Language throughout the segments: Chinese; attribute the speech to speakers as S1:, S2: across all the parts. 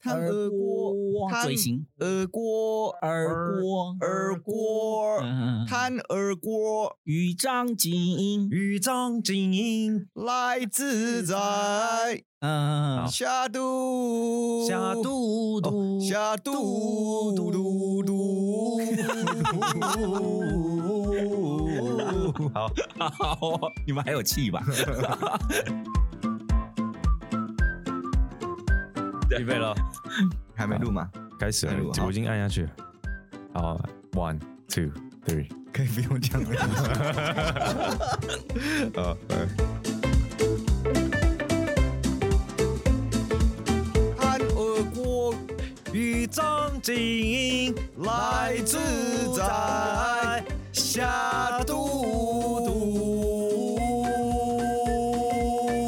S1: 汤耳锅，汤
S2: 嘴型，
S1: 耳锅，
S2: 耳锅，
S1: 耳锅，
S2: 嗯，
S1: 汤耳锅，
S2: 鱼张景，
S3: 豫章精英，
S1: 来自在
S2: 嗯，
S1: 下都，
S3: 下嘟嘟，
S1: 下都，嘟嘟嘟，
S3: 好，
S2: 好，啊你们还有气吧？
S3: 预备了，
S1: 还没录吗？
S3: 开始了
S1: 开始了，好
S3: 我已经按下去了。好，one two three，
S1: 可以不用这样了。
S3: 呃，
S1: 汤耳锅
S3: 豫章精英，
S1: 来自在下都。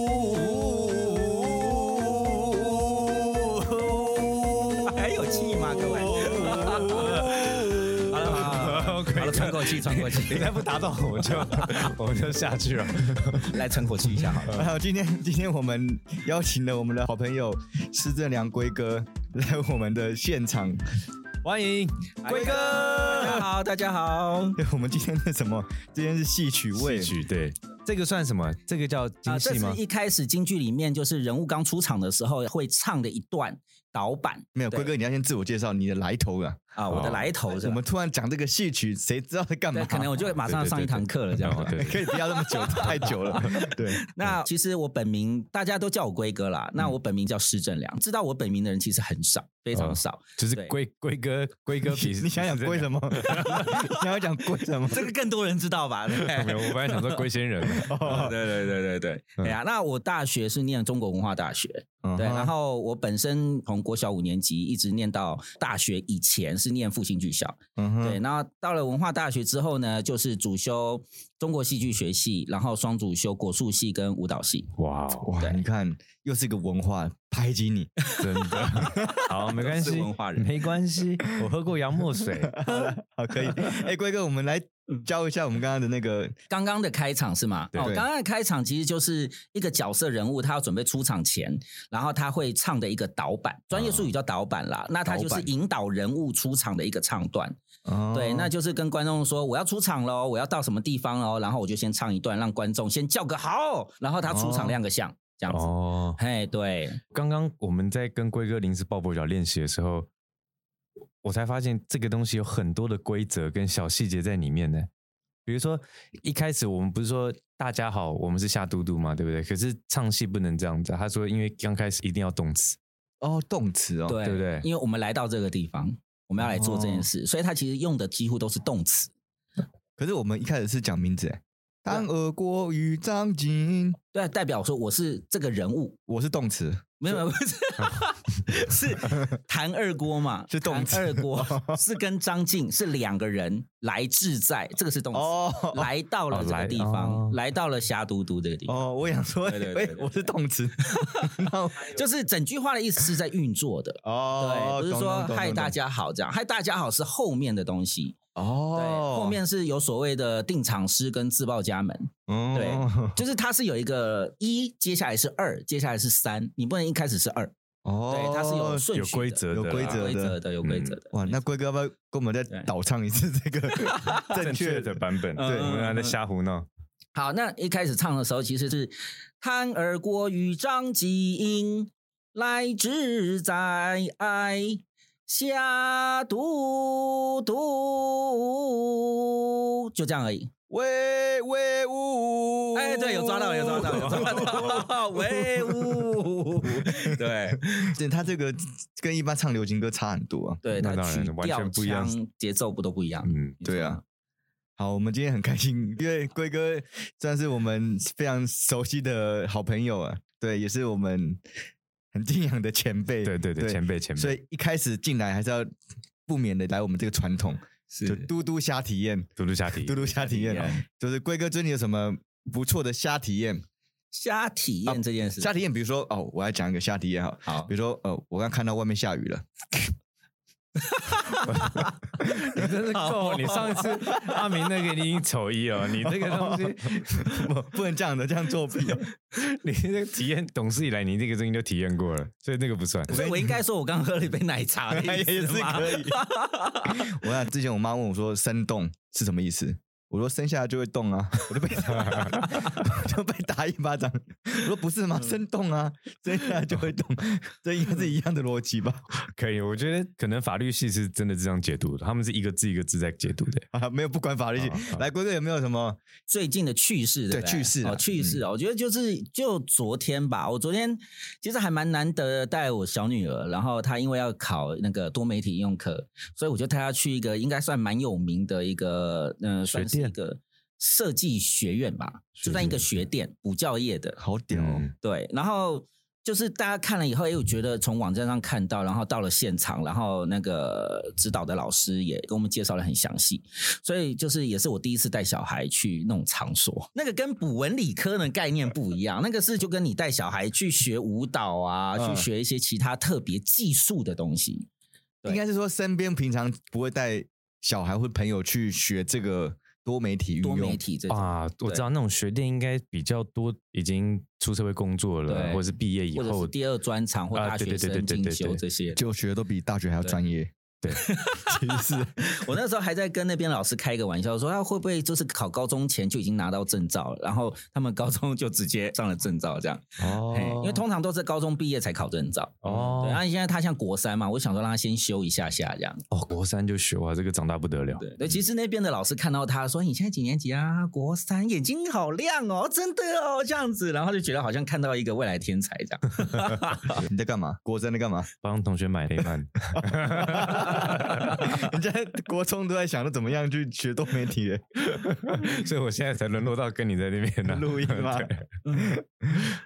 S1: 哎
S2: 还有气吗，各位？ 好了，好了，
S3: OK，
S2: 啊好了，喘口气，喘口
S3: 你
S2: 气，
S3: 再不打断我就 我就下去了。
S2: 来喘口气一下好了。
S1: 然后今天今天我们邀请了我们的好朋友施正良龟哥来我们的现场。
S3: 欢迎
S1: 龟
S2: 大家
S1: 哥，
S2: 好，大家好。
S1: 我们今天是什么？今天是戏曲味，
S3: 曲，对，这个算什么？这个叫
S2: 啊、
S3: 京
S2: 这
S3: 戏吗
S2: 是？一开始京剧里面就是人物刚出场的时候会唱的一段导板
S1: 没有
S2: 对
S1: 龟哥，你要先自我介绍你的来头啊。
S2: 啊，我的来头是
S1: 我
S2: 吧
S1: 们？突然讲这个戏曲，谁知道在干嘛？
S2: 对，可能我就马上上一堂课了这样
S3: 哦
S2: 子。
S3: 对
S1: 可以不要那么久，太久了。对，
S2: 那其实我本名大家都叫我龟哥啦，那我本名叫施正良，知道我本名的人其实很少，非
S3: 嗯
S2: 常少。
S3: 就是
S2: 对
S3: 龟龟哥，龟哥比
S1: 你想想龟 什么？你要讲龟什么？
S2: 这个更多人知道吧？对不对
S3: 没嗯有，我本来想说龟 仙人，
S1: 哦
S2: 对对对对对，对呀、那我大学是念中国文化大学，
S1: 嗯
S3: 嗯
S2: 对，然后我本身从国小五年级一直念到大学以前是念复兴剧校，
S1: 嗯
S2: 对，
S1: 哼，
S2: 然后到了文化大学之后呢，就是主修中国戏剧学系，然后双主修国术系跟舞蹈系。
S3: 哇，哦
S1: 哇，
S2: 对
S1: 你看，又是一个文化排挤你。
S3: 真的，好，没关
S2: 都
S3: 系
S2: 是文化，人
S3: 没关系，我喝过洋墨 水，
S1: 好，可以。哎，龟哥，我们来教一下我们刚刚的那个
S2: 刚刚的开场是吗？
S3: 对
S2: 哦，刚刚的开场其实就是一个角色人物，他要准备出场前，然后他会唱的一个导板，专业术语叫导板啦。那他就是
S1: 导板
S2: 引导人物出场的一个唱段。
S1: 哦
S2: 对，那就是跟观众说我要出场喽，我要到什么地方哦喽，然后我就先唱一段，让观众先叫个好，然后他出场
S1: 哦
S2: 亮个相，这样子。
S3: 哦，
S2: 嘿，对，
S3: 刚刚我们在跟龟哥临时抱佛脚练习的时候，我才发现这个东西有很多的规则跟小细节在里面呢。比如说一开始我们不是说大家好，我们是夏嘟嘟嘛，对不对？可是唱戏不能这样子啊，他说因为刚开始一定要动词，
S1: 哦，动词哦，
S2: 对
S3: 对不对
S2: 因为我们来到这个地方，我们要来做这件
S1: 哦
S2: 事，所以他其实用的几乎都是动词。
S1: 可是我们一开始是讲名字，哎，当俄国与张景，
S2: 对啊，代表说我是这个人物，
S1: 我是动词，
S2: 没有没有不是是 谭二锅嘛，
S1: 是动词
S2: 谭二 锅是跟张晋是两个人来志在，这个是动词，
S1: 哦
S2: 来到了
S3: 哦
S2: 这个
S3: 来
S2: 地方，
S3: 哦
S2: 来到了霞嘟嘟这个地方。
S1: 哦，我想说，
S2: 对对对
S1: 哎
S2: 对，对
S1: 我是动词，然 后
S2: 就是整句话的意思是在运作的，
S1: 哦
S2: 对，，不是
S1: 懂
S2: 说
S1: 懂懂
S2: 嗨
S1: 懂
S2: 大家好这样，嗨大家好是后面的东西，对，
S1: 哦，
S2: 后面是有所谓的定场诗跟自报家门，
S1: 嗯
S2: 对就是它是有一个一，接下来是二，接下来是三，你不能一开始是二，
S1: 哦，
S2: 对，它是有顺序的
S3: 有规则的啦，
S1: 有规
S2: 有
S1: 则
S2: 规则的，有规则的。
S1: 啊嗯哇，那龟哥要不要跟我们再
S2: 对
S1: 倒唱一次这个
S3: 正
S1: 正
S3: 确
S1: 确
S3: 的
S1: 的？
S3: 版本，
S2: 嗯
S3: 对，我们还在瞎胡闹。
S2: 好，那一开始唱的时候其实是“叹而过于张吉英，来志在爱下嘟嘟”，就这样而已。
S1: 喂喂呜，
S2: 哎，对，有抓到，有抓到，有抓到，威武！对
S1: 对，他这个跟一般唱流行歌差很多啊。
S2: 对，
S3: 那
S2: 它
S3: 当然
S2: 曲
S3: 完
S2: 调、
S3: 全不一样
S2: 腔、节奏不都不一样？
S3: 嗯，
S1: 对啊，好，我们今天很开心，因为龟哥算是我们非常熟悉的好朋友啊，对，也是我们很敬仰的前辈，
S3: 对对对，前辈前
S1: 所
S3: 辈，
S1: 以一开始进来还是要不免的来我们这个传统，就是嘟嘟虾体验，
S3: 嘟嘟下体，
S1: 嘟嘟虾体
S2: 虾体
S1: 验，就是龟哥最近有什么不错的虾体验？
S2: 瞎体验这件事，
S1: 虾体验，比如说哦，我来讲一个虾体验哈，
S2: 好
S1: 比如说呃，我刚看到外面下雨了，
S3: 你真是够！你上一 次阿明那个你已经丑一了，你这个东西，
S1: 不不能这样的，这样作 弊。
S3: 你这个体验懂事以来，你这个东西都体验过了，所以那个不算。
S2: 所以我应该说我刚喝了一杯奶茶的意
S1: 也
S2: 思
S1: 是
S2: 吗
S1: 可以我想之前我妈问我说“生动”是什么意思，我说“生下来就会动啊”， 我就被我 就被打一巴掌。我说不是
S2: 嗯
S1: 吗？生动啊，生下来就会动，这应该是一样的逻辑吧？
S3: 可以，我觉得可能法律系是真的这样解读的，他们是一个字一个字在解读的。
S1: 啊，没有不管法律
S3: 好好，
S1: 来龟龟有没有什么？
S2: 最近的趣事，
S1: 对
S2: 不
S1: 趣事啊
S2: 哦，趣事啊，我觉得就是就昨天吧，我昨天其实还蛮难得的带我小女儿，然后她因为要考那个多媒体应用课，所以我就带她去一个应该算蛮有名的一个，嗯，算是
S3: 学
S2: 一
S3: 店
S2: 个设计学院吧，就算一个学店，补教业的，
S1: 好屌哦！
S3: 嗯
S2: 对，然后就是大家看了以后，又觉得从网站上看到，然后到了现场，然后那个指导的老师也给我们介绍的很详细，所以就是也是我第一次带小孩去那种场所，那个跟补文理科的概念不一样，那个是就跟你带小孩去学舞蹈啊，
S1: 嗯
S2: 去学一些其他特别技术的东西。对
S1: 应该是说身边平常不会带小孩或朋友去学这个多媒体运
S2: 多
S1: 用，
S2: 媒体这种，
S3: 啊，我知道那种学店应该比较多，已经出社会工作了，
S2: 对
S3: 或者是毕业以
S2: 或者
S3: 后
S2: 是第二专场或
S3: 啊
S2: 大
S3: 对
S2: 学
S3: 对对对
S2: 生
S3: 对对
S2: 进
S3: 对
S2: 修这些，
S1: 就学都比大学还要专业。
S3: 对，
S1: 其实是
S2: 我那时候还在跟那边老师开一个玩笑，说他啊会不会就是考高中前就已经拿到证照了，然后他们高中就直接上了证照这样。
S3: 哦
S2: 嘿因为通常都是高中毕业才考证照。
S3: 哦
S2: 对，然啊后现在他像国三嘛，我想说让他先修一下下这样。
S3: 哦国三就学哇，这个长大不得了。
S2: 对，对，其实那边的老师看到他说：“你现在几年级啊？国三，眼睛好亮哦，真的哦，这样子。”然后就觉得好像看到一个未来天才这样。
S1: 你在干嘛？国真在干嘛？
S3: 帮同学买雷 曼，
S1: 人家国中都在想着怎么样去学多媒体 耶，
S3: 所以我现在才沦落到跟你在那边呢
S1: 录音吗
S3: 对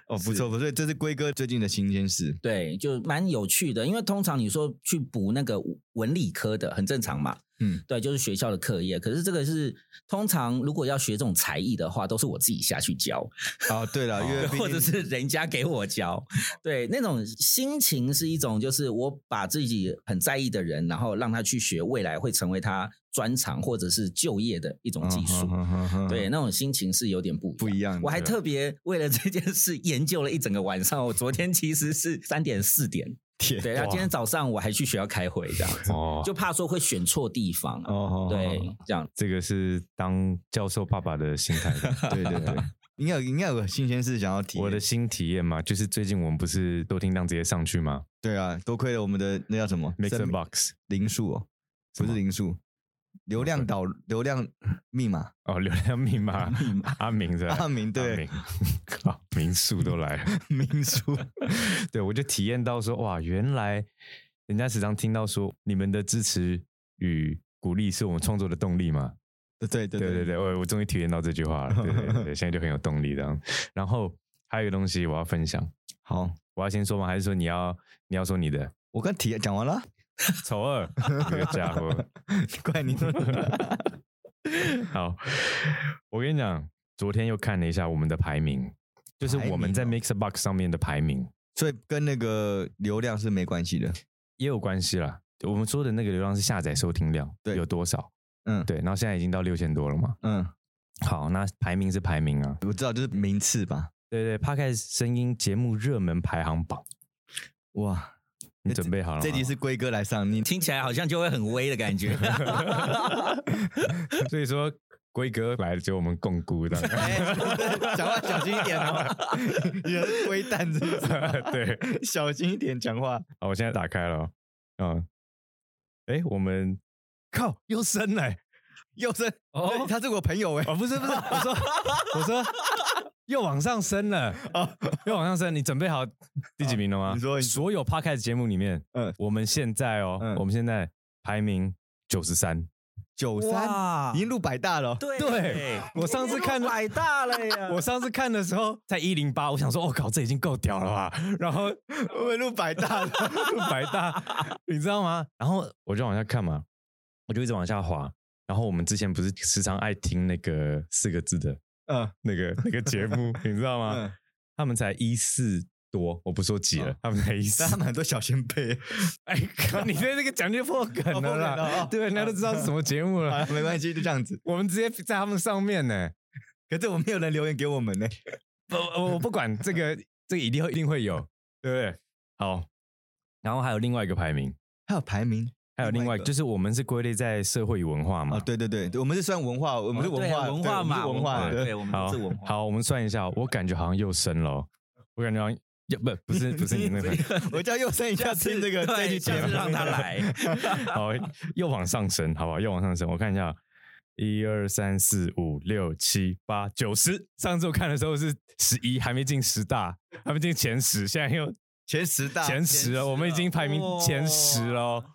S1: 哦，不错不错，这是龟哥最近的新鲜事。
S2: 对，就蛮有趣的，因为通常你说去补那个文理科的很正常嘛，
S1: 嗯，
S2: 对，就是学校的课业。可是这个是通常如果要学这种才艺的话，都是我自己下去教，
S1: 啊，对了，因为毕
S2: 哦或者
S1: 竟
S2: 是人家给我教。对，那种心情是一种，就是我把自己很在意的人，然后让他去学未来会成为他专长或者是就业的一种技术。
S1: 嗯哼哼哼哼
S2: 对，那种心情是有点不
S1: 不一样的
S2: 我还特别为了这件事研究了一整个晚上。我昨天其实是三点四点，
S1: 铁
S2: 对，然后今天早上我还去学校开会，这样子，
S3: 哦，
S2: 就怕说会选错地方。
S1: 哦
S2: 对，这样
S3: 这个是当教授爸爸的心态。
S1: 对对对，应该有应该有个新鲜事想要提。
S3: 我的新体验嘛，就是最近我们不是都听档直接上去吗
S1: 对啊，多亏了我们的那叫什么
S3: ？Mix
S1: 生
S3: and Box
S1: 零数哦，不是
S3: 什么
S1: 零数，流量导流量密码
S3: 哦，流量密 码，阿明是吧？
S1: 阿明对
S3: 阿明， 靠，民宿都来了。
S1: 民数，
S3: 对，我就体验到说，哇，原来人家时常听到说，你们的支持与鼓励是我们创作的动力嘛。
S1: 对对对
S3: 对对对，我我终于体验到这句话了，对对对，对现在就很有动力这样。然后还有一个东西我要分享，
S1: 好，
S3: 我要先说吗？还是说你要你要说你的
S1: 我刚提讲完了，
S3: 丑二这个家 伙？
S1: 怪 你。
S3: 好，我跟你讲，昨天又看了一下我们的排名，就是我们在
S1: 排哦
S3: Mixer Box 上面的排名
S1: 所以跟那个流量是没关系的。
S3: 也有关系啦。我们说的那个流量是下载收听量，
S1: 对
S3: 有多少？
S1: 嗯
S3: 对，然后现在已经到六千多了嘛。
S1: 嗯，
S3: 好，那排名是排名啊，
S1: 我知道，就是名次吧。
S3: 对对 p o d c a s 声音节目热门排行榜，
S1: 哇，
S3: 你准备好了吗？
S1: 这集是龟哥来上，你
S2: 听起来好像就会很威的感觉。
S3: 所以说规格来了，只有我们共估的。
S1: 哎讲话小心一点哦，你是龟蛋是不 是？
S3: 对，
S1: 小心一点讲话。
S3: 好，我现在打开了哦，嗯，哎，我们靠又欸升嘞，
S1: 又是
S3: 哦
S1: 哦，他是我朋友哎，
S3: 哦，不 是不是，我说我说又往上升了，又往上升，你准备好第几名了吗？
S1: 哦你说你
S3: 所有 podcast 节目里面，
S1: 嗯
S3: 嗯，我们现在哦，
S1: 嗯
S3: 我们现在排名九十三，
S1: 九三，
S2: 哇
S1: 已经入百大了。
S2: 对
S3: 对我上次看
S2: 百大了呀，
S3: 我上次看的时候在一零八，我想说，我、靠，这已经够屌了吧？然后
S1: 我们入百大了，
S3: 百大，你知道吗？然后我就往下看嘛，我就一直往下滑。然后我们之前不是时常爱听那个四个字的
S1: 嗯
S3: 那个那个节目，你知道吗？
S1: 嗯，
S3: 他们才一四多，我不说几了，
S1: 哦
S3: 他们才一次
S1: 但。他们很多小先辈，
S3: 哎，靠！你在这个讲就破梗了哎
S1: 哦破梗了
S3: 啦
S1: 哦，
S3: 对，人家都知道是什么节目
S1: 好
S3: 了
S1: 了，啊没关系，就这样子。
S3: 我们直接在他们上面呢。
S1: 可是我们没有人留言给我们呢。
S3: 不，我我不管这个，这个一定会一定会有，对不对？好，然后还有另外一个排名，
S1: 还有排名
S3: 还有另外一个哦就是我们是归类在社会与文化嘛
S1: 啊，。对对对，对我们是算文化，我们是文化，
S2: 哦对文
S1: 对
S2: 化
S1: 我们
S2: 嘛，
S1: 是文化，
S2: 对
S1: 对，
S2: 我们
S3: 好
S2: 都是文化。
S3: 好，我们算一下，我感觉好像又升了哦，我感觉好像又不不是不是你 那 个，
S1: 我叫佑生一下听这个这一
S2: 对，
S1: 期节
S2: 下
S1: 目，
S2: 次让他。来。
S3: 好，又往上升，好不好？又往上升，我看一下，一二三四五六七八九十。上次我看的时候是十一，还没进十大，还没进前十，现在又
S1: 啊前十大，
S3: 前十了，我们已经排名前十了哦，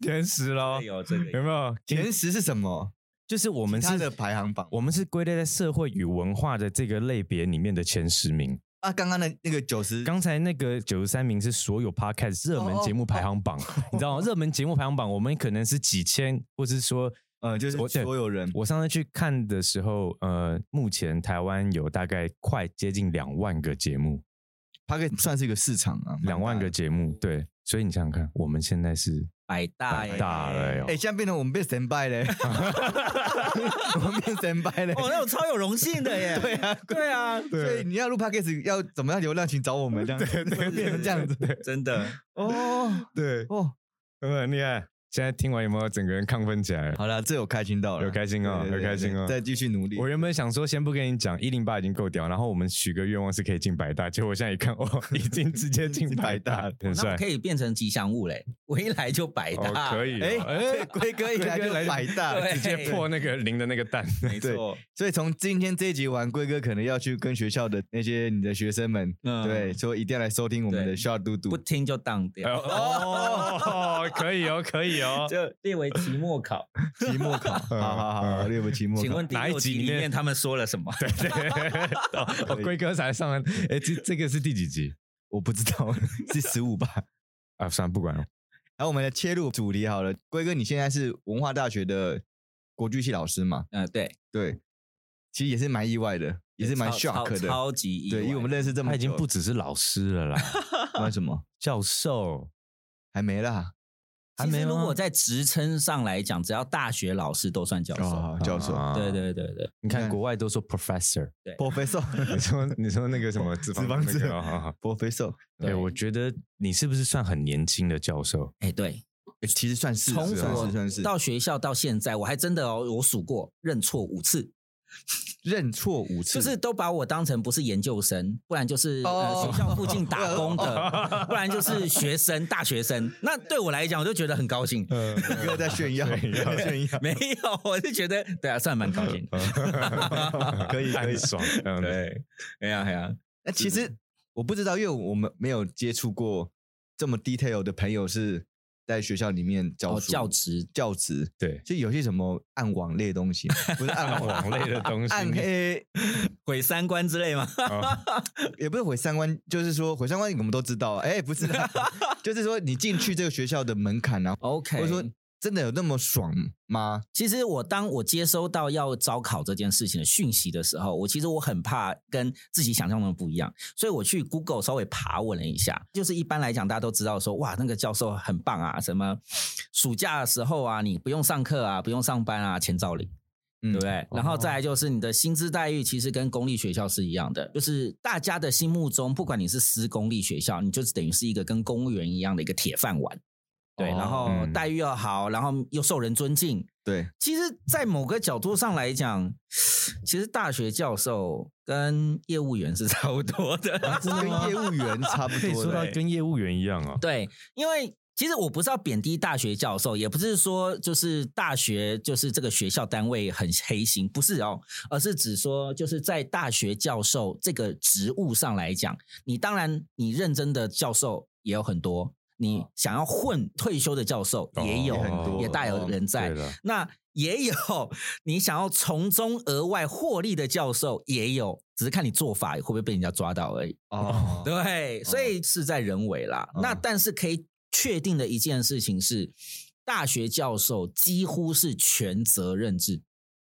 S3: 前十了哦，
S2: 有哎这
S3: 有
S2: 个
S3: 没有？
S1: 哎前十是什么？
S3: 就是我们
S1: 其他
S3: 是
S1: 的排行榜
S3: 我们是归类在社会与文化的这个类别里面的前十名。
S1: 啊，刚刚的那个九十，
S3: 刚才那个九十三名是所有 podcast 热
S1: 哦
S3: 门节目排行榜，你知道吗？热门节目排行榜，我们可能是几千，或是说，
S1: 呃，就是
S3: 我对
S1: 所有人，
S3: 我上次去看的时候，呃，目前台湾有大概快接近两万个节目，
S1: 它可以算是一个市场啊，蛮大的
S3: 两万个。节目，对。所以你想想看，我们现在是
S2: 百大
S3: 百大了哟
S1: 哎，现在变成我们变神拜嘞，我们变神拜嘞。
S2: 哦，那我超有荣幸的耶！对啊，对啊，
S1: 所以你要录 podcast 要怎么样流量，请找我们这样子， 变成这样子。
S2: 真的。
S1: 哦
S3: 对，
S1: 哦，
S3: 很厉害。现在听完有没有整个人亢奋起来了？
S1: 好了，这有开心到了，
S3: 有开心哦
S1: 对对对
S3: 有开心哦
S1: 再继续努力。
S3: 我原本想说先不跟你讲，一零八已经够屌，然后我们许个愿望是可以进百大，结果我现在一看，哦，已经直接进百 大，很
S2: 那我
S3: 帅
S2: 可。以变成吉祥物嘞，我一来就百
S3: 哦
S2: 大，，
S3: 可以哦，
S1: 哎，龟哥一来就百大，
S2: 对
S3: 直接破那个零的那个蛋。
S2: 没
S1: 对
S2: 错，
S1: 所以从今天这一集完，龟哥可能要去跟学校的那些你的学生们，
S2: 嗯
S1: 对，说一定要来收听我们
S2: 对
S1: 的校嘟嘟
S2: 不。听就当
S1: 哎
S2: 掉，
S3: 哦， 可以哦，可以哦。
S2: 就列为期末考。
S1: 期末考，好好好好，六个期末
S2: 请
S1: 考。
S2: 问第
S3: 哪一
S2: 六
S3: 集
S2: 集
S3: 里
S2: 里
S3: 面
S2: 面他们说了什 么？ 对，
S3: 哦，龟哥才上完，哎，这这个是第几集
S1: 我不知道是十五吧。
S3: 啊？算了，不管了。
S1: 然后我们来切入主题好了，龟哥，你现在是文化大学的国剧系老师嘛？
S2: 嗯，对，
S1: 对，其实也是蛮意外的，也是蛮
S2: 超超
S1: shock 的。
S2: 超级意外
S1: 对，因为我们认识这么
S3: 他
S1: 久，
S3: 已经不只是老师 了啦，
S1: 管什么，
S3: 教授
S1: 还没啦。
S3: 还
S2: 其
S3: 没
S2: 实
S3: 有
S2: 如
S3: 啊
S2: 果在职称上来讲，只要大学老师都算教授。
S1: 哦，教授
S3: 啊
S2: 对对对对，
S3: 你看国外都说 professor，你
S1: ，professor，
S3: 说你说那个什么脂
S1: 脂肪
S3: 肪那
S1: 子
S3: 个哦好好
S1: professor，
S3: 对，我觉得你是不是算很年轻的教授？
S2: 哎，对，
S1: 诶其实算是
S2: 从
S1: 算是算
S2: 我
S1: 是
S2: 到学校到现在，我还真的哦，我数过认错五次，
S1: 认错五次，
S2: 就是都把我当成不是研究生，不然就是、
S1: 哦
S2: 呃学校附近打工的，不然就是学生、大学生。那对我来讲，我就觉得很高兴。
S3: 嗯，
S1: 哥在炫 耀，
S3: 炫耀
S1: 炫耀，
S2: 没有，我是觉得对啊，算蛮高兴的。
S1: 可以可以
S3: 很。爽。嗯，
S2: 对，哎呀哎呀，
S1: 那其实我不知道，因为我们没有接触过这么 detail 的朋友是在学校里面教
S2: 哦，
S1: 书、
S2: 教职
S1: 教职，
S3: 对，
S1: 就有些什么暗网类的东西，不是 暗网，
S3: 网类的东西，
S1: 暗黑
S2: 毁三观之类吗？
S3: 哦
S1: 也不是毁三观，就是说毁三观我们都知道啊，哎，不是 啊，就是说你进去这个学校的门槛啊，
S2: OK，
S1: 或者说真的有那么爽吗？
S2: 其实我当我接收到要招考这件事情的讯息的时候，我其实我很怕跟自己想象中的不一样，所以我去 Google 稍微爬问了一下。就是一般来讲，大家都知道说，哇，那个教授很棒啊，什么暑假的时候啊，你不用上课啊，不用上班啊，钱照领。
S1: 嗯哦
S2: 对不对？然后再来就是你的薪资待遇，其实跟公立学校是一样的，就是大家的心目中，不管你是私公立学校，你就是等于是一个跟公务员一样的一个铁饭碗，对，
S1: 哦
S2: 然后
S3: 嗯
S2: 待遇要好，然后又受人尊敬。
S1: 对，
S2: 其实，在某个角度上来讲，其实大学教授跟业务员是差不多的，
S1: 跟业务员差 不
S3: 可以
S1: 多
S3: 说到
S1: 的，
S3: 跟业务员一样哦。
S2: 对，因为其实我不是要贬低大学教授，也不是说就是大学就是这个学校单位很黑心，不是哦，而是指说就是在大学教授这个职务上来讲，你当然你认真的教授也有很多，你想要混退休的教授也有，
S1: 也很多
S2: 也大有人在。
S3: 对了，
S2: 那也有你想要从中额外获利的教授也有，只是看你做法会不会被人家抓到而已。
S1: 哦，
S2: 对，所以事在人为啦。
S1: 嗯
S2: 那但是可以确定的一件事情是，大学教授几乎是全责任制，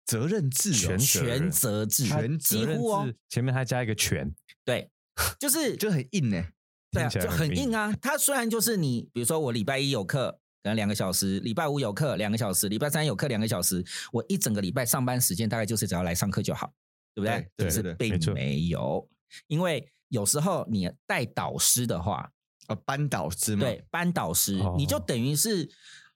S1: 责任制哦
S3: 全责任
S2: 全责制，
S1: 全
S2: 几
S3: 责任
S2: 乎哦
S3: 制，前面还加一个全，
S2: 对，就是
S1: 就很硬呢、
S2: 对啊，
S3: 听起来
S2: 就很硬
S3: 啊。
S2: 啊。它虽然就是你，比如说我礼拜一有课，可能两个小时；礼拜五有课，两个小时；礼拜三有课，两个小时。我一整个礼拜上班时间大概就是只要来上课就好，对不对？
S1: 对对
S2: 可是
S3: 没
S2: 并
S3: 错
S2: 没有，因为有时候你带导师的话，
S1: 啊，扳倒之嘛，
S2: 对班导师，
S3: 哦
S2: 你就等于是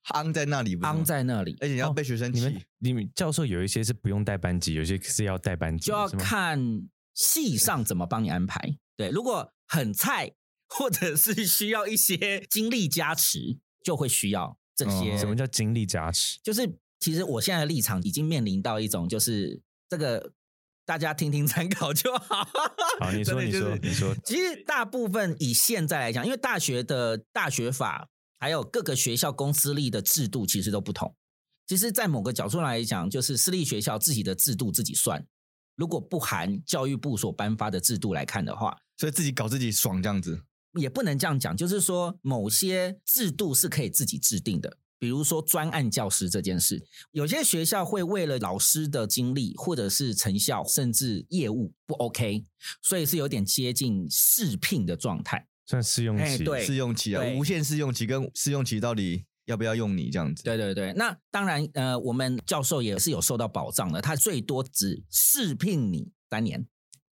S1: 夯在那里，不是吗
S2: 昂，在哦那里，
S1: 而且要被学生
S3: 你们
S1: 气，
S3: 你们教授有一些是不用带班级，有些是要带班级，
S2: 就要
S3: 是吗
S2: 看系上怎么帮你安排。对，如果很菜，或者是需要一些精力加持，就会需要这些。
S1: 哦
S3: 什么叫精力加持？
S2: 就是其实我现在的立场已经面临到一种，就是这个大家听听参考就好。
S3: 好，你说，
S1: 真的
S3: 你
S1: 就是
S3: 说，你说，
S2: 其实大部分以现在来讲，因为大学的大学法还有各个学校公私立的制度其实都不同。其实，在某个角度来讲，就是私立学校自己的制度自己算，如果不含教育部所颁发的制度来看的话，
S1: 所以自己搞自己爽这样子。
S2: 也不能这样讲，就是说某些制度是可以自己制定的。比如说专案教师这件事，有些学校会为了老师的经历或者是成效，甚至业务不 OK，所以是有点接近试聘的状态。
S3: 算试用
S2: 哎
S3: 期，
S2: 对
S1: 试用期啊，
S2: 对
S1: 无限试用期跟试用期到底要不要用你这样子？
S2: 对对对，那当然，呃，我们教授也是有受到保障的，他最多只试聘你三年。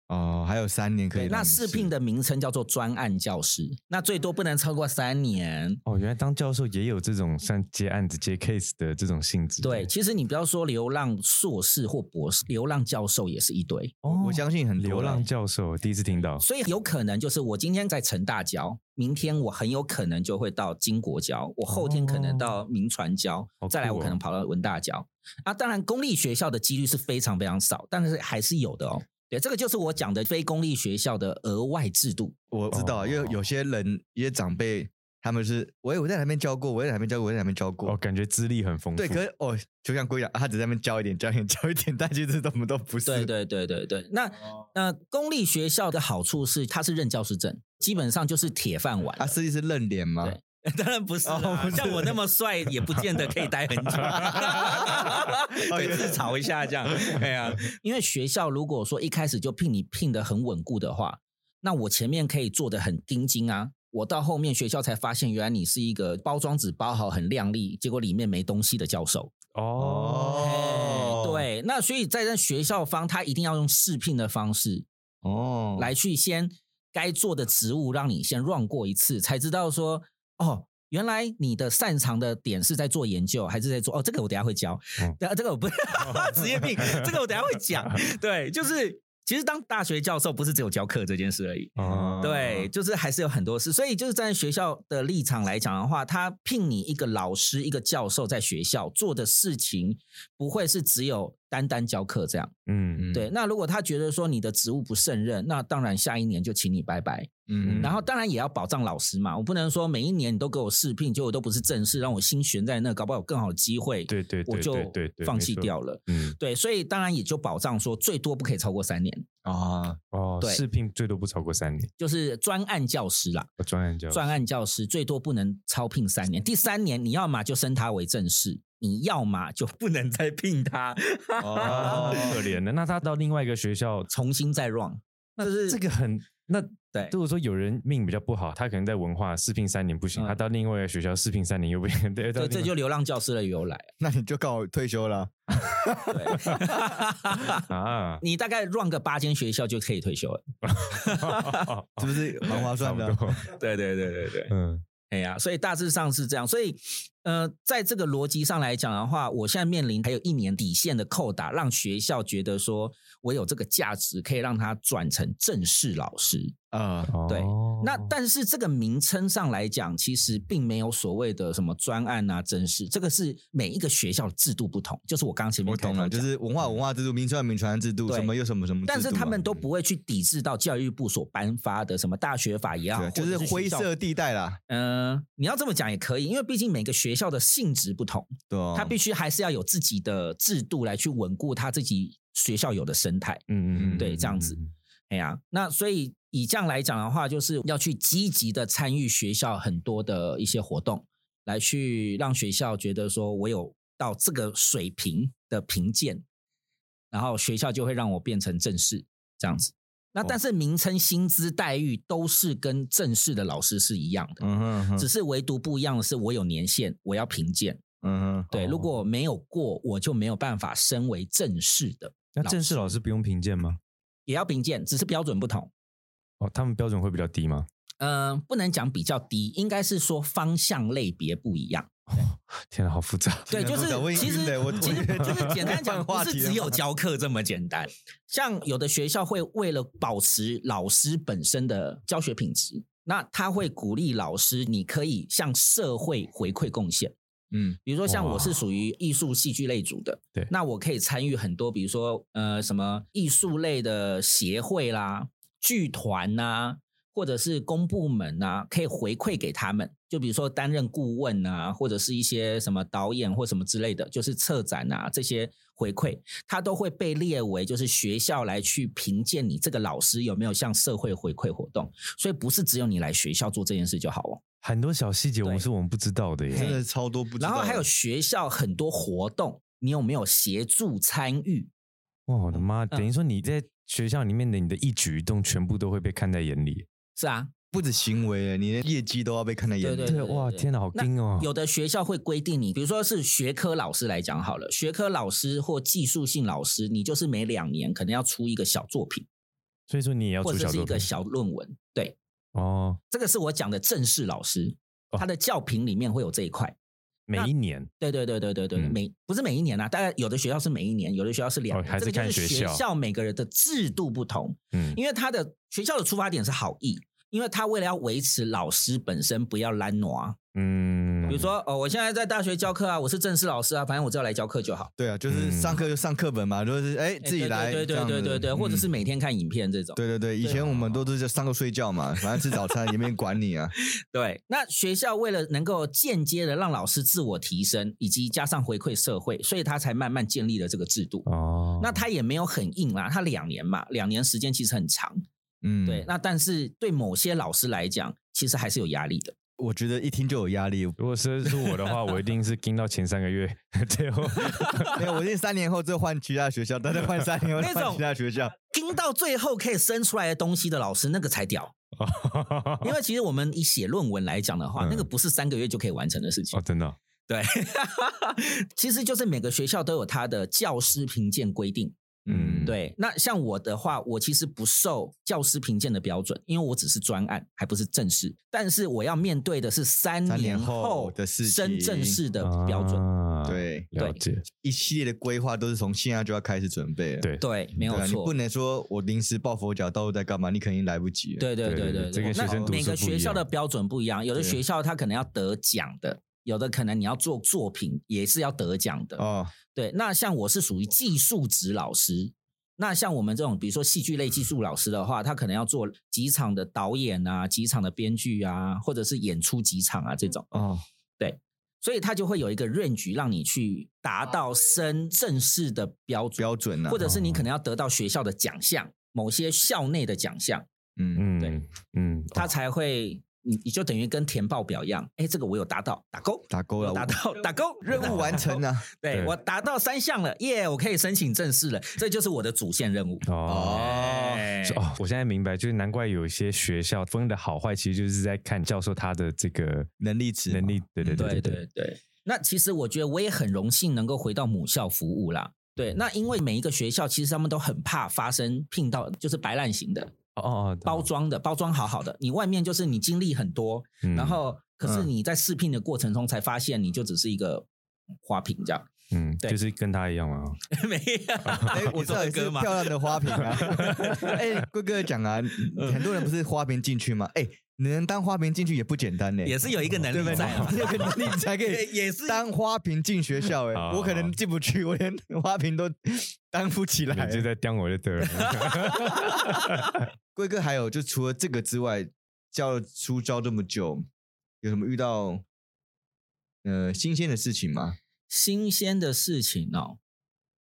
S1: 哦，还有三年可以
S2: 对，
S1: 让你
S2: 那
S1: 试。
S2: 试聘的名称叫做专案教师，那最多不能超过三年。
S3: 哦，原来当教授也有这种像接案子、接 case 的这种性质。
S2: 对，其实你不要说流浪硕士或博士，流浪教授也是一堆，
S3: 哦，
S1: 我相信很多
S3: 流
S1: 啦
S3: 浪教授第一次听到，
S2: 所以有可能就是我今天在成大教，明天我很有可能就会到金国教，我后天可能到民传教，
S3: 好酷哦
S2: 再来我可能跑到文大教。啊，当然公立学校的几率是非常非常少，但是还是有的哦。对，这个就是我讲的非公立学校的额外制度。
S1: 我知道，因为
S2: 哦
S1: 有些人一些长辈他们是，我我在那边教过，我在那边教过，我在那边教过。
S3: 哦，感觉资历很丰富。
S1: 对，可是哦，就像龟讲，他只在那边教一点，教一点，教一点，但其实我们都不是。
S2: 对对对对对，那
S3: 哦
S2: 呃，公立学校的好处是它是任教师证，基本上就是铁饭碗了。
S1: 啊，实际是认脸吗？
S2: 对 当然不是啦、
S1: 哦不是
S2: 像我那么帅，也不见得可以待很
S1: 哦
S2: 久，对，自嘲一下这样。哎呀、因为学校如果说一开始就聘你聘得很稳固的话，那我前面可以做的很盯紧啊。我到后面学校才发现，原来你是一个包装纸包好很靓丽，结果里面没东西的教授。哎
S3: 哦，
S1: 哦，
S2: 对，那所以在那学校方，他一定要用试聘的方式，
S1: 哦，
S2: 来去先该做的职务，让你先 run 过一次，才知道说哦。原来你的擅长的点是在做研究，还是在做？哦，这个我等一下会教
S3: 嗯，
S2: 但、这个我不职业病，这个我等一下会讲。 对，就是其实当大学教授不是只有教课这件事而已，
S3: 哦
S2: 对，就是还是有很多事。所以就是在学校的立场来讲的话，他聘你一个老师、一个教授在学校做的事情，不会是只有单单教课这样。
S1: 嗯
S3: 嗯，
S2: 对，，那如果他觉得说你的职务不胜任，那当然下一年就请你拜拜。
S1: 嗯
S2: 然后当然也要保障老师嘛，我不能说每一年你都给我试聘，结果都不是正式，让我心悬在那，搞不好有更好的机会，
S3: 对对对
S2: 我就
S3: 对对对，
S2: 放
S3: 没
S2: 弃
S3: 错。
S2: 掉了。
S3: 嗯，
S2: 对，所以当然也就保障说最多不可以超过三年，
S1: 啊，
S3: 哦，
S2: 对
S3: 试聘最多不超过三年，
S2: 就是专案教师啦，
S3: 哦专案教
S2: 专案教师最多不能超聘三年，第三年你要么就升他为正式，你要么就不能再聘他，
S3: 哦，
S1: 哦
S3: 可怜的。那他到另外一个学校，
S2: 重新再 run。
S3: 那
S2: 就是
S3: 这个很那。
S2: 对，
S3: 如果说有人命比较不好，他可能在文化试聘三年不
S2: 嗯
S3: 行，他到另外一个学校试聘三年又不行， 对，到
S2: 这
S3: 另
S2: 这
S3: 外
S2: 就流浪教师的由来。
S1: 那你就告我退休了。
S2: 对。 ，
S3: 啊
S2: 你大概 run 个八间学校就可以退休了。
S1: 是不
S2: 哦
S1: 是蛮划 算的
S3: 差不多？
S2: 对对对对对，
S3: 嗯，
S2: 哎呀，所以大致上是这样。所以，呃，在这个逻辑上来讲的话，我现在面临还有一年底线的扣打，让学校觉得说我有这个价值，可以让他转成正式老师。
S1: 啊？
S2: 对
S3: 哦
S2: 那但是这个名称上来讲，其实并没有所谓的什么专案啊、正式，这个是每一个学校的制度不同。就是我刚前面
S1: 我懂了，
S2: 开头
S1: 就
S2: 讲
S1: 是文化文化制度、民传民传制度，
S2: 嗯对
S1: 什么又什么什么制度嘛，
S2: 但是他们都不会去抵制到教育部所颁发的什么大学法也
S1: 对
S2: 好，
S1: 就
S2: 或
S1: 是
S2: 者
S1: 灰
S2: 学校
S1: 色地带啦，
S2: 嗯，你要这么讲也可以，因为毕竟每个学校的性质不同，
S1: 对哦，
S2: 它必须还是要有自己的制度来去稳固它自己学校有的生态。
S3: 嗯嗯嗯，
S2: 对
S3: 嗯
S2: 这样子，
S3: 嗯
S2: 哎呀，那所以以这样来讲的话，就是要去积极的参与学校很多的一些活动，来去让学校觉得说我有到这个水平的评鉴，然后学校就会让我变成正式这样子。那但是名称、薪资待遇都是跟正式的老师是一样的，
S1: 嗯哼哼
S2: 只是唯独不一样的是，我有年限，我要评鉴。
S1: 嗯哼，
S2: 对，
S3: 哦
S2: 如果没有过，我就没有办法升为正式的，
S3: 那正式老师不用评鉴吗？
S2: 也要评鉴，只是标准不同。
S3: 哦，他们标准会比较低吗？
S2: 嗯、不能讲比较低，应该是说方向类别不一样。
S3: 天哪，好复杂。
S2: 对，就
S1: 不
S2: 是
S1: 懂我已
S2: 其
S1: 经
S2: 实
S1: 对我
S2: 其
S1: 我
S2: 实
S1: 以为
S2: 就是 简单讲，
S1: 换
S2: 不
S1: 话
S2: 是
S1: 题
S2: 只
S1: 了
S2: 有教课这么简单。像有的学校会为了保持老师本身的教学品质，那他会鼓励老师，你可以向社会回馈贡献。
S1: 嗯
S2: 比如说，像
S3: 哇
S2: 我是属于艺术戏剧类组的，
S3: 对
S2: 那我可以参与很多，比如说呃什么艺术类的协会啦、剧团呐、或者是公部门呐、可以回馈给他们。就比如说担任顾问啊，或者是一些什么导演或什么之类的，就是策展啊这些回馈，它都会被列为就是学校来去评鉴你这个老师有没有向社会回馈活动。所以不是只有你来学校做这件事就好哦。
S3: 很多小细节我们
S2: 对
S3: 是我们不知道的 耶。
S1: 真的超多不知道
S2: 然
S1: 的。
S2: 后还有学校很多活动，你有没有协助参与？
S3: 哇，我的
S2: 嗯
S3: 妈！等于说你在学校里面的你的一举一动，全部都会被看在眼里。
S2: 是啊，
S1: 不止行为，你连业绩都要被看在眼里。
S2: 对
S3: 对，哇，
S2: 对
S3: 天哪，好
S2: 那
S3: 硬哦！
S2: 有的学校会规定你，比如说是学科老师来讲好了，学科老师或技术性老师，你就是每两年可能要出一个小作品，
S3: 所以说你也要
S2: 或
S3: 出
S2: 者
S3: 小
S2: 是一
S3: 作品
S2: 个小论文。对，
S3: 哦，
S2: 这个是我讲的正式老师，
S3: 哦
S2: 他的教评里面会有这一块。
S3: 每一年
S2: 对对对对对对，
S3: 嗯
S2: 每不是每一年啊，当然有的学校是每一年，有的学校是两
S3: 哦
S2: 年，
S3: 还是
S2: 这个
S3: 看
S2: 就是
S3: 学
S2: 学
S3: 校
S2: 校每个人的制度不同。
S3: 嗯，
S2: 因为他的学校的出发点是好意，因为他为了要维持老师本身不要懒惰啊。
S3: 嗯，
S2: 比如说，哦，我现在在大学教课啊，我是正式老师啊，反正我只要来教课就好。
S1: 对啊，就是上课就上课本嘛，就是哎自己来，
S2: 对对对对对对，或者是每天看影片这种。
S1: 嗯对对对，以前我们都是在上课睡觉嘛，反正吃早餐也没人管你 啊。
S2: 对，那学校为了能够间接的让老师自我提升，以及加上回馈社会，所以他才慢慢建立了这个制度。
S3: 哦，
S2: 那他也没有很硬啦，他两年嘛，两年时间其实很长。
S1: 嗯，
S2: 对，，那但是对某些老师来讲，其实还是有压力的。
S1: 我觉得一听就有压力。
S3: 如果是是我的话，我一定是盯到前三个月， 最后
S1: 没有，我是三年后就换其他学校，但是换三年后再
S2: 那
S1: 换
S2: 种
S1: 其他学校。
S2: 听到最后可以生出来的东西的老师，那个才屌。
S3: 哦
S1: 哦
S2: 因为其实我们以写论文来讲的话，
S3: 嗯
S2: 那个不是三个月就可以完成的事情
S3: 哦，。真的哦
S2: 对， 其实就是每个学校都有它的教师评鉴规定。
S3: 嗯
S2: 对，那像我的话，我其实不受教师评鉴的标准，因为我只是专案，还不是正式。但是我要面对的是三
S1: 三年
S2: 年
S1: 后
S2: 后
S1: 的事情
S2: 升正式的标准。
S3: 啊
S1: 对，
S3: 了解，
S1: 一系列的规划都是从现在就要开始准备了。
S3: 对
S2: 对，没有
S1: 对啊，你
S2: 错
S1: 不。能说我临时抱佛脚，到时候在干嘛，你肯定来不及。，
S2: 对对
S3: 对
S2: 对对，
S3: 对这跟学
S2: 那
S3: 生读
S2: 每
S3: 书
S2: 个
S3: 不一
S2: 学校的
S3: 样
S2: 标准不一样，有的
S1: 对
S2: 学校他可能要得奖的，有的可能你要做作品也是要得奖的。
S1: 哦，
S2: 对，那像我是属于技术职老师，那像我们这种比如说戏剧类技术老师的话，他可能要做几场的导演啊、几场的编剧啊，或者是演出几场啊这种，
S1: 哦，
S2: 所以他就会有一个 range 让你去达到升正式的标准，
S1: 标准啊，
S2: 或者是
S3: 哦
S2: 你可能要得到学校的奖项，某些校内的奖项，
S1: 嗯，
S3: 嗯
S2: 对
S3: 嗯，
S2: 他才会。你你就等于跟填报表一样，哎，这个我有达到，打勾，
S1: 打勾
S2: 我
S1: 了，
S2: 达到，打勾，
S1: 任务完成了。
S2: 对
S3: 对
S2: 我达到三项了，耶、我可以申请正式了，这就是我的主线任务。
S3: 哦。
S2: 哎
S3: 是哦，我现在明白，就是难怪有一些学校分的好坏，其实就是在看教授他的这个
S1: 能力值嘛
S3: 能力，对对
S2: 对
S3: 对
S2: 对对。那其实我觉得我也很荣幸能够回到母校服务啦。对，那因为每一个学校其实他们都很怕发生聘到就是白烂型的
S3: 哦哦，哦
S2: 包，装的包装好好的，你外面就是你经历很多，
S3: 嗯
S2: 然后可是
S1: 嗯
S2: 你在试聘的过程中才发现你就只是一个花瓶这样，
S3: 嗯，
S2: 对
S3: 就是跟他一样 嘛，哦
S2: 没有，
S1: 哎，我知道也
S2: 这
S1: 是
S2: 歌吗
S1: 漂？亮的花瓶 啊。哎，贵哥讲啊，
S2: 嗯
S1: 很多人不是花瓶进去吗？哎，能当花瓶进去也不简单呢，
S2: 也是有一个能
S1: 对不
S2: 力
S1: 对
S2: 在 嘛，？
S1: 你有个能力才可
S2: 也
S1: 以
S2: 也是
S1: 当花瓶进学校。
S3: 好
S1: 哎，我可能进不去， 我连花瓶都担不起来
S3: 你。就在刁我 就对了。
S1: 贵哥还有就除了这个之外，教了出教这么久，有什么遇到呃新鲜的事情吗？
S2: 新鲜的事情哦。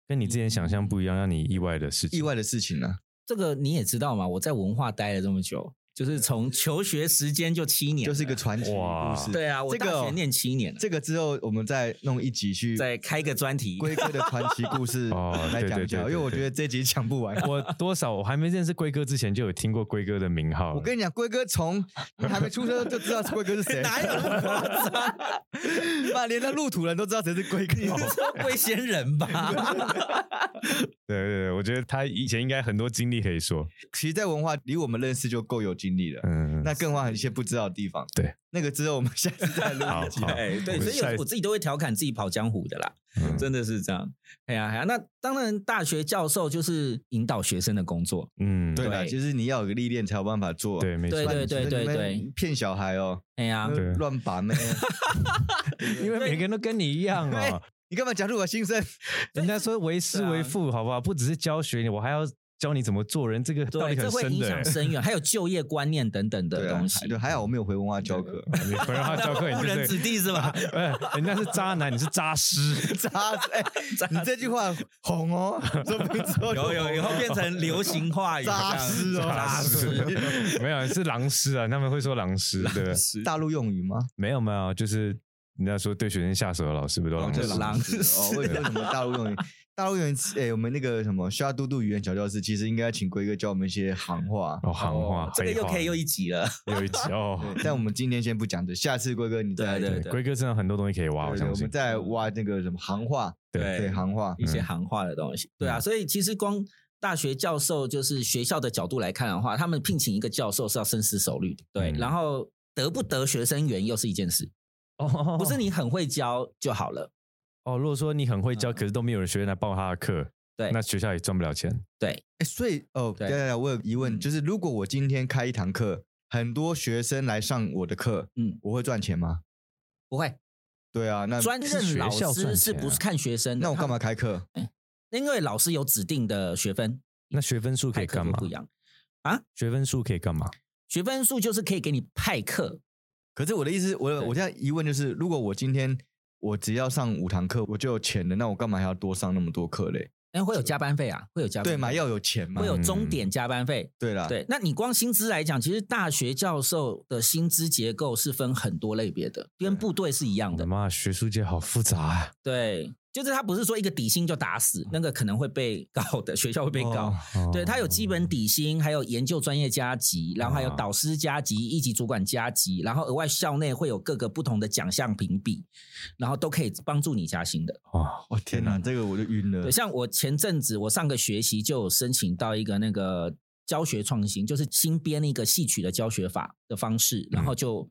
S3: 跟你之前想象不一样，让你意外的事情。
S1: 意外的事情呢、啊
S2: 这个你也知道嘛，我在文化待了这么久，就是从求学时间就七年了，
S1: 就是一个传奇
S3: 哇
S1: 故事。
S2: 对啊，我
S1: 这
S2: 大
S1: 个哦
S2: 学念七年了，
S1: 这个之后我们再弄一集去
S2: 再开个专题，
S1: 龟哥的传奇故事
S3: 哦
S1: 来讲一下，
S3: 对对对对
S1: 因
S3: 对
S1: 为我觉得这集讲不完。
S3: 我多少我还没认识龟哥之前就有听过龟哥的名号了，
S1: 我跟你讲，龟哥从你还没出生就知道龟哥是谁，
S2: 哪有那么夸张？
S1: 妈连那路途人都知道谁是龟哦哥。
S2: 你说龟仙人 吧？
S3: 对对对，我觉得他以前应该很多经历可以说，
S1: 其实，在文化离我们认识就够有经历了，
S3: 嗯，
S1: 那更往一些不知道的地方。
S3: 对，
S1: 那个之后我们下次再录
S3: 好
S1: 一集。
S3: 好
S2: 哎对对，所以
S3: 下一
S2: 有我自己都会调侃自己跑江湖的啦，
S3: 嗯
S2: 真的是这样。哎呀哎呀，那当然，大学教授就是引导学生的工作。
S3: 嗯，
S1: 对
S3: 对
S1: 啦，
S2: 对
S1: 就是你要有个历练才有办法做。啊
S3: 对，没错，
S2: 对
S1: 不然
S2: 对
S1: 你
S2: 对
S1: 在那边
S2: 对
S1: 骗小孩哦，
S2: 哎呀，
S3: 对
S1: 乱把妹。哦
S3: 因为每个人都跟你一样啊，
S1: 你干嘛讲出我心声？
S3: 人家说为师
S2: 对啊
S3: 为父，好不好？不只是教学你，我还要教你怎么做人，这个道
S2: 对，
S3: 理
S2: 这
S3: 很
S2: 会
S3: 深
S2: 影
S3: 的
S2: 响
S3: 欸。
S2: 深远，还有就业观念等等的
S1: 对啊
S2: 东西。
S1: 就 还好我没有回文化教课。
S3: 你不要教课，
S2: 误
S3: 你
S2: 人
S3: 就是
S2: 子弟是吧？
S3: 哎，人家是渣男，你是 渣师。
S1: 渣子，哎、你这句话红哦，说明之后就
S2: 有有，以后变成流行话语，
S1: 渣师哦，
S2: 扎实。
S3: 师没有是狼师啊，他们会说狼师，对不对？
S1: 大陆用语吗？
S3: 没有没有，就是人家说对学生下手的老师不都狼
S2: 就
S3: 师？
S2: 是狼师
S1: 哦，为什么大陆用语？大陆用语，哎、我们那个什么刷嘟嘟语言小教室，其实应该请龟哥教我们一些行话。
S3: 哦，行话，
S2: 这个又
S3: 废话
S2: 可以又一集了。
S3: 有一集哦。
S1: 对，但我们今天先不讲这，下次龟哥你再
S2: 对对
S3: 对，龟哥真的很多东西可以挖，我
S1: 对对
S3: 相
S1: 我
S3: 信
S1: 们。再挖那个什么行话，
S2: 对
S1: 对行话，
S2: 一些行话的东西。对
S3: 嗯
S2: 啊，所以其实光大学教授就是学校的角度来看的话，他们聘请一个教授是要深思熟虑的。对，
S3: 嗯
S2: 然后得不得学生缘又是一件事，
S3: 哦
S2: 不是你很会教就好了。
S3: 哦，如果说你很会教，
S2: 嗯
S3: 可是都没有人学生来报他的课，
S2: 对
S3: 那学校也赚不了钱。
S2: 对，
S1: 哎，所以哦，
S2: 对
S1: 对对，我有疑问，
S2: 嗯
S1: 就是如果我今天开一堂课，很多学生来上我的课，
S2: 嗯，
S1: 我会赚钱吗？
S2: 不会，
S1: 对啊，
S3: 呃
S1: 那
S2: 专任老
S3: 学校赚钱
S2: 师
S3: 啊
S2: 是不是看学生的？
S1: 那我干嘛开课？
S2: 他？因为老师有指定的学分，
S3: 那学分数可以
S2: 派课
S3: 干
S2: 就
S3: 嘛
S2: 不？一样，
S3: 学分数可以干嘛？
S2: 学分数就是可以给你派课。
S1: 可是我的意思，我我现在疑问就是，如果我今天我只要上五堂课，我就有钱了，那我干嘛还要多上那么多课嘞？
S2: 哎，会有加班费啊，会有加班费
S1: 对嘛，要有钱嘛
S2: 会。有
S3: 嗯
S2: 终点加班费，
S1: 对
S3: 啊
S1: 啦，
S2: 对，那你光薪资来讲，其实大学教授的薪资结构是分很多类别的，跟部队是一样
S3: 我
S2: 的
S3: 的。妈，学术界好复杂啊！
S2: 对，就是他不是说一个底薪就打死，那个可能会被告的， 学校会被告。
S3: 哦
S2: 对他有基本底薪，还有研究专业加级，然后还有
S3: 啊
S2: 导师加级、一级主管加级，然后额外校内会有各个不同的奖项评比，然后都可以帮助你加薪的。
S3: 哦，
S1: 我天哪，这个我就晕了
S2: 对，。像我前阵子我上个学期就有申请到一个那个教学创新，就是新编一个戏曲的教学法的方式，然后就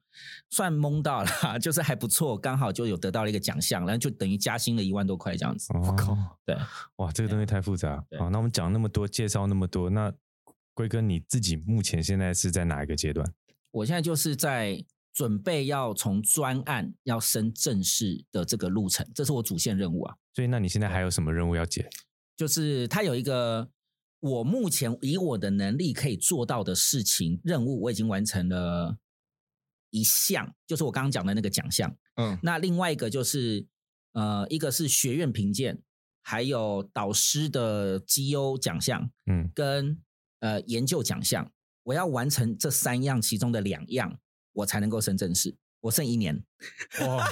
S2: 算蒙到了， 就是还不错，刚好就有得到了一个奖项，然后就等于加薪了一万多块这样子。
S3: 我靠！
S2: 对，
S3: 哇，这个东西太复杂啊！
S2: 对
S3: 好那我们讲那么多，介绍那么多，那龟哥你自己目前现在是在哪一个阶段？
S2: 我现在就是在准备要从专案要升正式的这个路程，这是我主线任务啊。
S3: 所以，那你现在还有什么任务要解？
S2: 就是它有一个我目前以我的能力可以做到的事情任务，我已经完成了一项，就是我刚刚讲的那个奖项。
S1: 嗯，
S2: 那另外一个就是呃，一个是学院评鉴，还有导师的绩优奖项
S3: 嗯，
S2: 跟呃研究奖项，我要完成这三样其中的两样，我才能够升正式。我剩一年，
S3: 哇，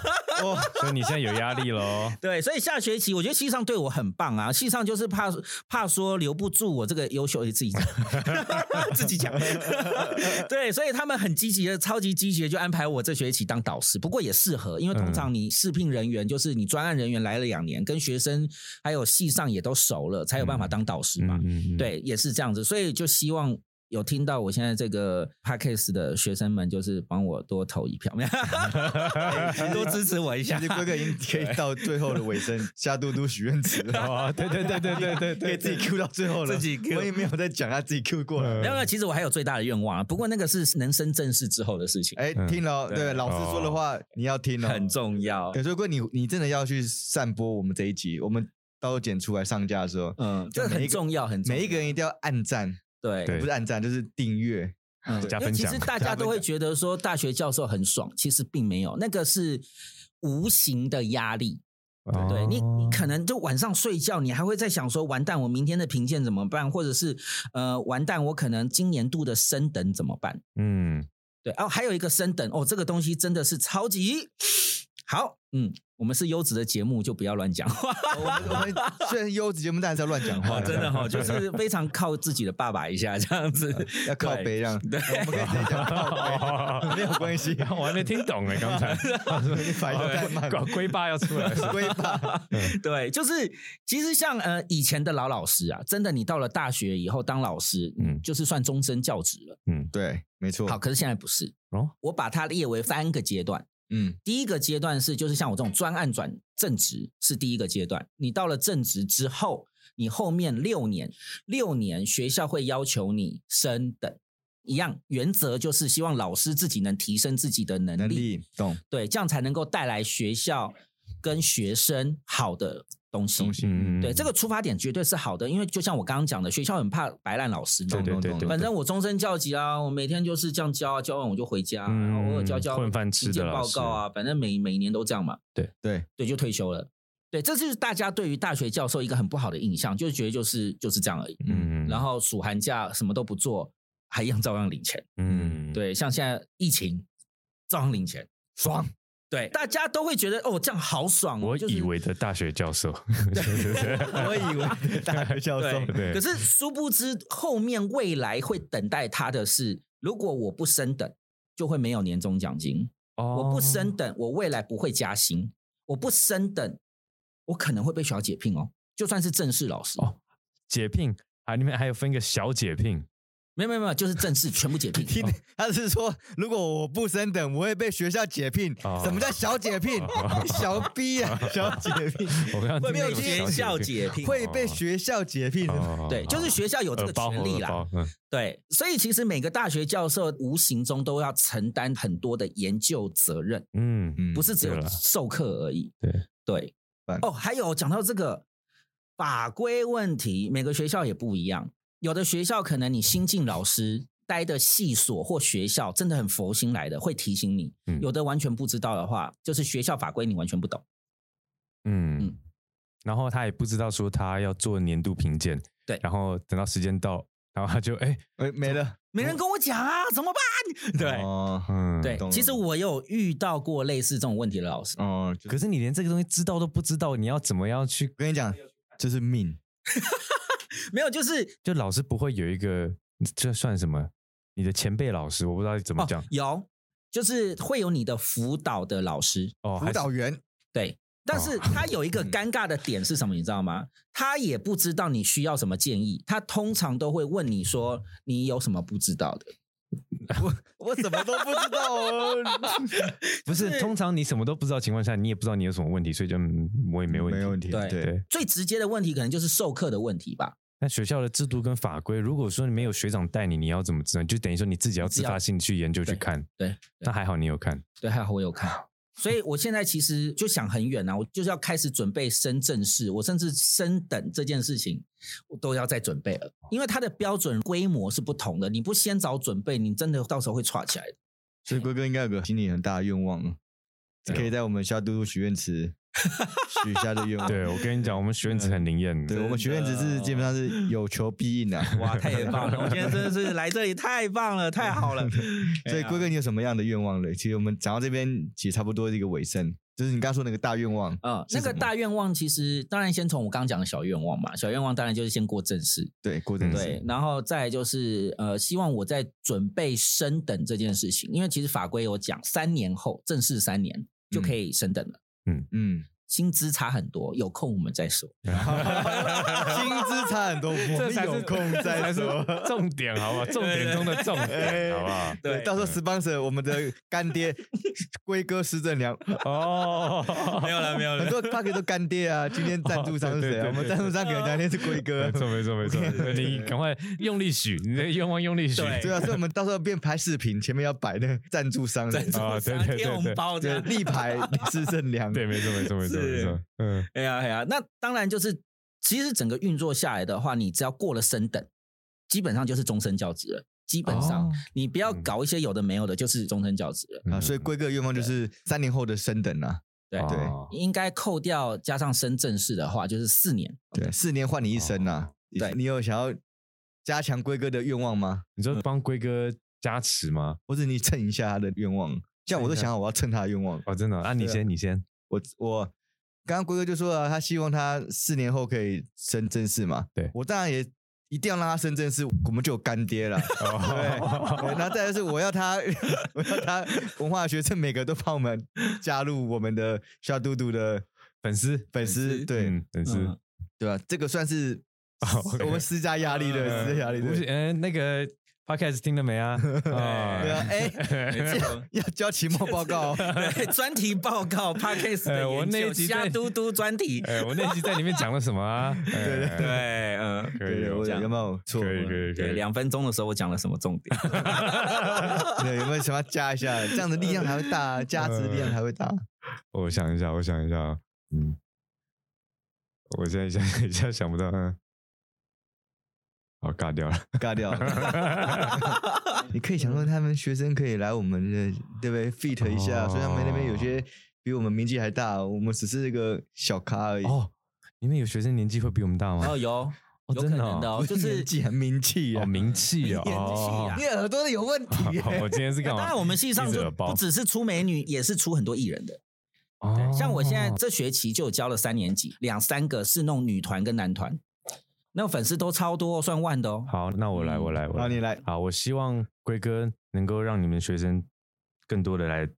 S3: 所以你现在有压力了哦。
S2: 对，所以下学期我觉得系上对我很棒啊，系上就是怕怕说留不住我这个优秀，诶自己讲， 自 己讲，对，所以他们很积极的，超级积极的就安排我这学期当导师，不过也适合，因为通
S1: 嗯
S2: 常你试聘人员就是你专案人员来了两年，跟学生还有系上也都熟了，才有办法当导师嘛，
S3: 嗯，
S2: 对，也是这样子，所以就希望。有听到我现在这个 podcast 的学生们，就是帮我多投一票， 多支持我一
S1: 其
S2: 下。
S1: 实龟哥已经可以到最后的尾声，夏嘟嘟许愿池了，
S3: 哦，对对对对对对
S1: 可以
S3: 对，
S1: 自己 Q 到最后了。
S2: 自己 Q
S1: 我也没有在讲他自己 Q 过了。
S2: 没有，没
S3: 嗯
S2: 有其实我还有最大的愿望啊，不过那个是能升正式之后的事情，
S1: 哎，
S3: 嗯
S1: 听了哦，
S2: 对
S1: 对老师说的话你要听哦，
S2: 很重要
S1: 对。。所以龟哥，你你真的要去散播我们这一集，我们到时候剪出来上架的时候，
S2: 嗯，这
S1: 就每一
S2: 很
S1: 个
S2: 重要，很重要
S1: 每一个人一定要按赞，
S2: 对
S3: 对
S1: 不是按赞就是订阅。
S2: 嗯
S3: 加
S2: 因为
S3: 分
S2: 其
S3: 享
S2: 实大家都会觉得说大学教授很爽，其实并没有，那个是无形的压力。
S3: 哦
S2: 对你，你可能就晚上睡觉，你还会在想说，完蛋，我明天的评鉴怎么办？或者是，呃，完蛋，我可能今年度的升等怎么办？
S3: 嗯，
S2: 对，哦，还有一个升等，哦，这个东西真的是超级 好，嗯，我们是优质的节目，就不要乱讲话，
S1: 我们我们虽然优质节目，但还是要乱讲话，
S2: 真的哈、 哦，就是非常靠自己的爸爸一下这样 子，
S1: 要靠
S2: 对
S1: 背让，
S2: 对
S1: 我们可以直接讲靠 背，没有关系，
S3: 我还没听懂哎，刚才
S1: 你 反应太慢了，
S3: 搞龟爸要出来 了，
S1: 龟吧，
S2: 对，就是其实像呃以前的老老师啊，真的你到了大学以后当老师，
S3: 嗯
S2: 嗯，就是算终身教职了。
S3: 嗯，
S1: 对，没错，
S2: 好，可是现在不是
S3: 哦
S2: 哦，我把它列为三个阶段。
S1: 嗯，
S2: 第一个阶段是就是像我这种专案转正职是第一个阶段，你到了正职之后，你后面六年六年学校会要求你升等。一样原则就是希望老师自己能提升自己的能力，
S1: 能力懂
S2: 对，这样才能够带来学校跟学生好的东西。
S1: 东西，
S3: 嗯
S2: 对，这个出发点绝对是好的，因为就像我刚刚讲的，学校很怕白烂老师嘛。
S3: 对对
S1: 懂
S3: 对
S1: 懂
S3: 对，
S2: 反正我终身教级啊，我每天就是这样教啊，教完我就回家啊，然后偶尔教
S3: 嗯
S2: 教
S3: 混饭吃
S2: 评鉴
S3: 的老
S2: 报
S3: 师
S2: 告啊，反正每每年都这样嘛。
S1: 对，
S2: 对，就退休了。对，这就是大家对于大学教授一个很不好的印象，就是觉得就是就是这样而已。
S3: 嗯
S2: 然后暑寒假什么都不做，还一样照样领钱。
S3: 嗯，
S2: 对，像现在疫情，照样领钱，
S1: 爽，
S2: 对，大家都会觉得哦，这样好爽哦。
S3: 我
S2: 就是
S3: 以为的大学教授，
S1: 我以为大学教授
S2: 对，
S3: 对
S2: 可是殊不知后面未来会等待他的是，如果我不升等，就会没有年终奖金；我
S3: 我
S2: 不升等，我未来不会加薪；我不升等，我可能会被学校解聘哦。就算是正式老师，
S3: 哦解聘，还里面还有分一个小解聘，
S2: 没有没有没有，就是正式全部解 聘。
S1: 听他是说，如果我不升等，我会被学校解聘。
S3: 哦
S1: 什么叫小解聘？小逼啊，小解聘
S3: 我刚刚
S2: 会
S3: 听
S2: 被
S3: 那个
S2: 学校解聘，
S1: 会被学校解聘。
S3: 哦
S2: 对，就是学校有这
S3: 耳
S2: 个
S3: 包
S2: 权利啦。
S3: 耳包嗯
S2: 对，所以其实每个大学教授无形中都要承担很多的研究责任，
S3: 嗯嗯，
S1: 嗯
S2: 不是只
S3: 对
S2: 有
S3: 啦
S2: 授课而已。
S3: 对
S2: 对
S1: 办，
S2: 哦，还有讲到这个法规问题，每个学校也不一样，有的学校可能你新进老师。待的系所或学校真的很佛心来的，会提醒你
S3: 嗯。
S2: 有的完全不知道的话，就是学校法规你完全不懂。
S3: 嗯
S2: 嗯，
S3: 然后他也不知道说他要做年度评鉴，
S2: 对
S3: 然后等到时间到，然后他就哎，
S1: 哎，没了。
S2: 没人跟我讲啊，怎么办？对、
S1: 哦，
S3: 哦
S1: 懂
S3: 嗯，
S2: 对，
S1: 了
S2: 其实我有遇到过类似这种问题的老师，
S1: 哦，就
S3: 可
S1: 是
S3: 是你连这个东西知道都不知道，你要怎么样去？
S1: 我跟你讲，这是命。
S2: 没有，就是
S3: 就老师不会有一个，这算什么？你的前辈老师，我不知道怎么讲
S2: 哦，有，就是会有你的辅导的老师，
S3: 哦，还
S1: 辅
S3: 是
S1: 导员
S2: 对。但是他有一个尴尬的点是什么，你知道吗？他也不知道你需要什么建议，他通常都会问你说你有什么不知道的。
S1: 我什么都不知道哦。
S3: 不是，通常你什么都不知道的情况下，你也不知道你有什么问题，所以就嗯我 也没问题。
S1: 没问题，
S2: 对
S1: 对
S3: 对，
S2: 最直接的问题可能就是授课的问题吧。
S3: 那学校的制度跟法规，如果说你没有学长带你，你要怎么知道？就等于说你自己要自发性去研究去看。
S2: 对对
S3: 那还好你有看。
S2: 对，还好我有看。 所以我现在其实就想很远啊，我就是要开始准备升正式，我甚至升等这件事情，我都要再准备了，因为它的标准规模是不同的，你不先早准备，你真的到时候会 岔起来的。
S1: 所以龟哥应该有个心里很大的愿望了，可以在我们小嘟嘟许愿池许下的愿望。
S3: 对，我跟你讲，我们学院子很灵验。
S1: 啊对，我们许愿池是基本上是有求必应的。
S2: 哇，太棒了！我今天真的是来这里太棒了，太好 了。
S1: 所以
S2: 啊
S1: 龟哥，你有什么样的愿望嘞？其实我们讲到这边，其实差不多是一个尾声，就是你刚说那个大愿望，
S2: 嗯，
S1: 是
S2: 那个
S1: 什么
S2: 大愿望其实当然先从我刚刚讲的小愿望嘛，小愿望当然就是先过正事，
S1: 对，过程
S3: 嗯
S1: 是
S2: 对，然后再来就是呃，希望我在准备升等这件事情，因为其实法规有讲，三年后正式三年就可以升等了，
S1: 嗯，
S2: 薪资差很多，有空我们再说。
S1: 薪资差很多，我
S3: 这
S1: 们
S3: 才是
S1: 有空再说。
S3: 重点，好不好？重点中的重点，好不好？
S1: 对，到时候 sponsor 我们的干爹 龟哥施正良，
S3: 哦，
S2: 有了，没有
S1: 很。多 p a k 都干爹 啊。今天赞助商是谁啊？我
S3: 哦对对对
S1: 们赞助商给的干爹是龟哥
S3: 没。错，没错，没错。你赶快用力许，你的愿望用力许。
S2: 对
S1: 对啊，所以我们到时候变拍视频，前面要摆那个赞助商的
S2: 赞助
S3: 啊对
S2: 商
S3: 对对
S2: 贴红包这
S1: 哦对
S2: 样。
S1: 立牌施正良。
S3: 对，没错，没错，没错，没
S2: 是
S3: 错。嗯，
S2: 哎呀哎呀，那当然就是，其实整个运作下来的话，你只要过了升等，基本上就是终身教职了。基本上，
S3: 哦
S2: 你
S3: 嗯
S2: 不要搞一些有的没有的，就是终身教职了。
S1: 啊，所以龟哥的愿望就是三年后的升等啊，
S2: 对
S3: 哦
S1: 对
S2: 应该扣掉加上升正式的话，就是四年。
S1: 对，四年换你一生呐、啊
S3: 哦
S2: 对
S1: 你有想要加强龟哥的愿望吗？
S3: 你说帮龟哥加持吗？
S1: 或者你蹭一下他的愿望？像我都想好我要蹭他的愿望。
S3: 哦，真的啊，你
S1: 对啊
S3: 先，你先，
S1: 我我刚刚龟哥就说啊了，他希望他四年后可以升正式嘛。
S3: 对
S1: 我当然也一定要让他升正式，我们就有干爹了。哦 对，对然后再来是我要他，我要他文化学生每个都帮我们加入我们的小嘟嘟的
S3: 粉丝，
S1: 粉丝，对、
S3: 嗯，粉丝，
S2: 嗯
S1: 对啊，这个算是
S3: 哦，OK
S1: 我们施加压力的，施加压力
S3: 嗯不是，
S1: 的。
S3: 嗯，那个 podcast 听了没啊？啊
S1: 对啊，哎、
S2: 没 错
S1: 要交期末报告、哦。
S2: 对，专题报告 Podcast 的
S3: 哎
S2: 研究，
S3: 我那一集在
S2: 瞎嘟嘟专题。
S3: 哎，我那集在里面讲了什么啊？对
S1: 对
S2: 对，嗯，
S3: 可以
S1: 对，
S3: 哦，
S1: 我
S2: 这样
S1: 有没有错？
S3: 可以，可以，可
S2: 对，
S3: 以。
S2: 两分钟的时候我讲了什么重 点？
S1: 对，有没有想要加一下？这样的力量才会大，啊加值力量才会 大。
S3: 我想一下，我想一下啊，嗯，我现在一下一下想不 到，嗯，哦，尬掉了，
S1: 尬掉
S3: 哎
S1: 了。你可以想说，他们学生可以来我们的，对不对？fit 一下，
S3: 哦
S1: 虽然他们那边有些比我们年纪还大，我们只是一个小咖而已。
S3: 哦，你们有学生年纪会比我们大吗？
S2: 哦，有
S3: 哦
S2: 有可
S3: 真的
S2: 能的
S3: 哦
S2: 哦，就是
S1: 年纪很名气啊
S3: 哦，，名气哦，
S2: 年纪
S3: 哦
S2: 啊
S1: 你耳朵有问题啊 耶。
S3: 我今天是干
S2: 当
S3: 嘛？
S2: 然，我们系上
S3: 一直
S2: 就
S3: 耳包
S2: 不只是出美女，也是出很多艺人的。
S3: 哦
S2: 像我现在这学期就有教了三年级，两三个是弄女团跟男团，那粉丝都超多，算万的哦。
S3: 好，那我来，我来，我
S1: 好，
S3: 来
S1: 你。来，
S3: 好，我希望龟哥能够让你们学生更多的来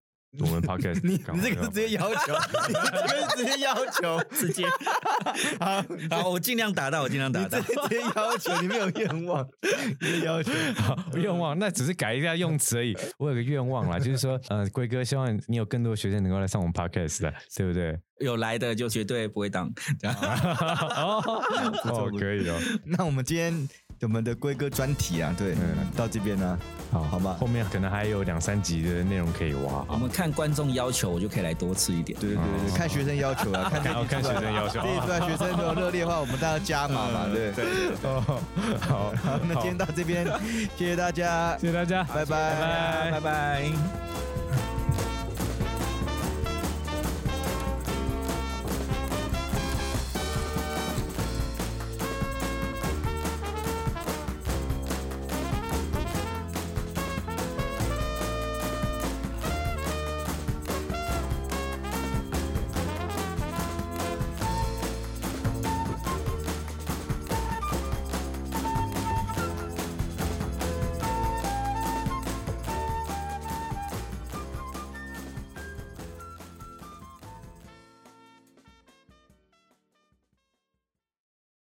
S3: 我 们 podcast
S1: 你
S3: 干
S1: 你
S3: 嘛。
S1: 这个是直接要求， 你这个是直接要 求，
S2: 直接
S1: 好，
S2: 好，我尽量达到，我尽量
S1: 你这直接要求，你没有愿望，你的 要求。
S3: 好愿望，那只是改一下用词而已。我有个愿望啦，就是说，呃，龟哥希望你有更多的学生能够来上我们 podcast 的，对不对？
S2: 有来的就绝对不会当。
S3: 哦，哦，可以哦，
S1: 那我们今天我们的龟哥专题啊，对
S3: 嗯，
S1: 到这边啊呢，
S3: 好
S1: 好吧
S3: 后面可能还有两三集的内容可以挖。
S2: 我们看观众要求，我就可以来多吃一点。
S1: 对对对，对看学生要求 啊，哦看
S3: 看哦看学生要求
S1: 这一段学生如果热烈的话，我们当然加码嘛，啊嗯对。
S3: 哦，好，
S1: 好，那今天到这边，谢谢大家，
S3: 谢谢大家，
S1: 拜拜，
S2: 拜
S3: 拜
S2: 拜。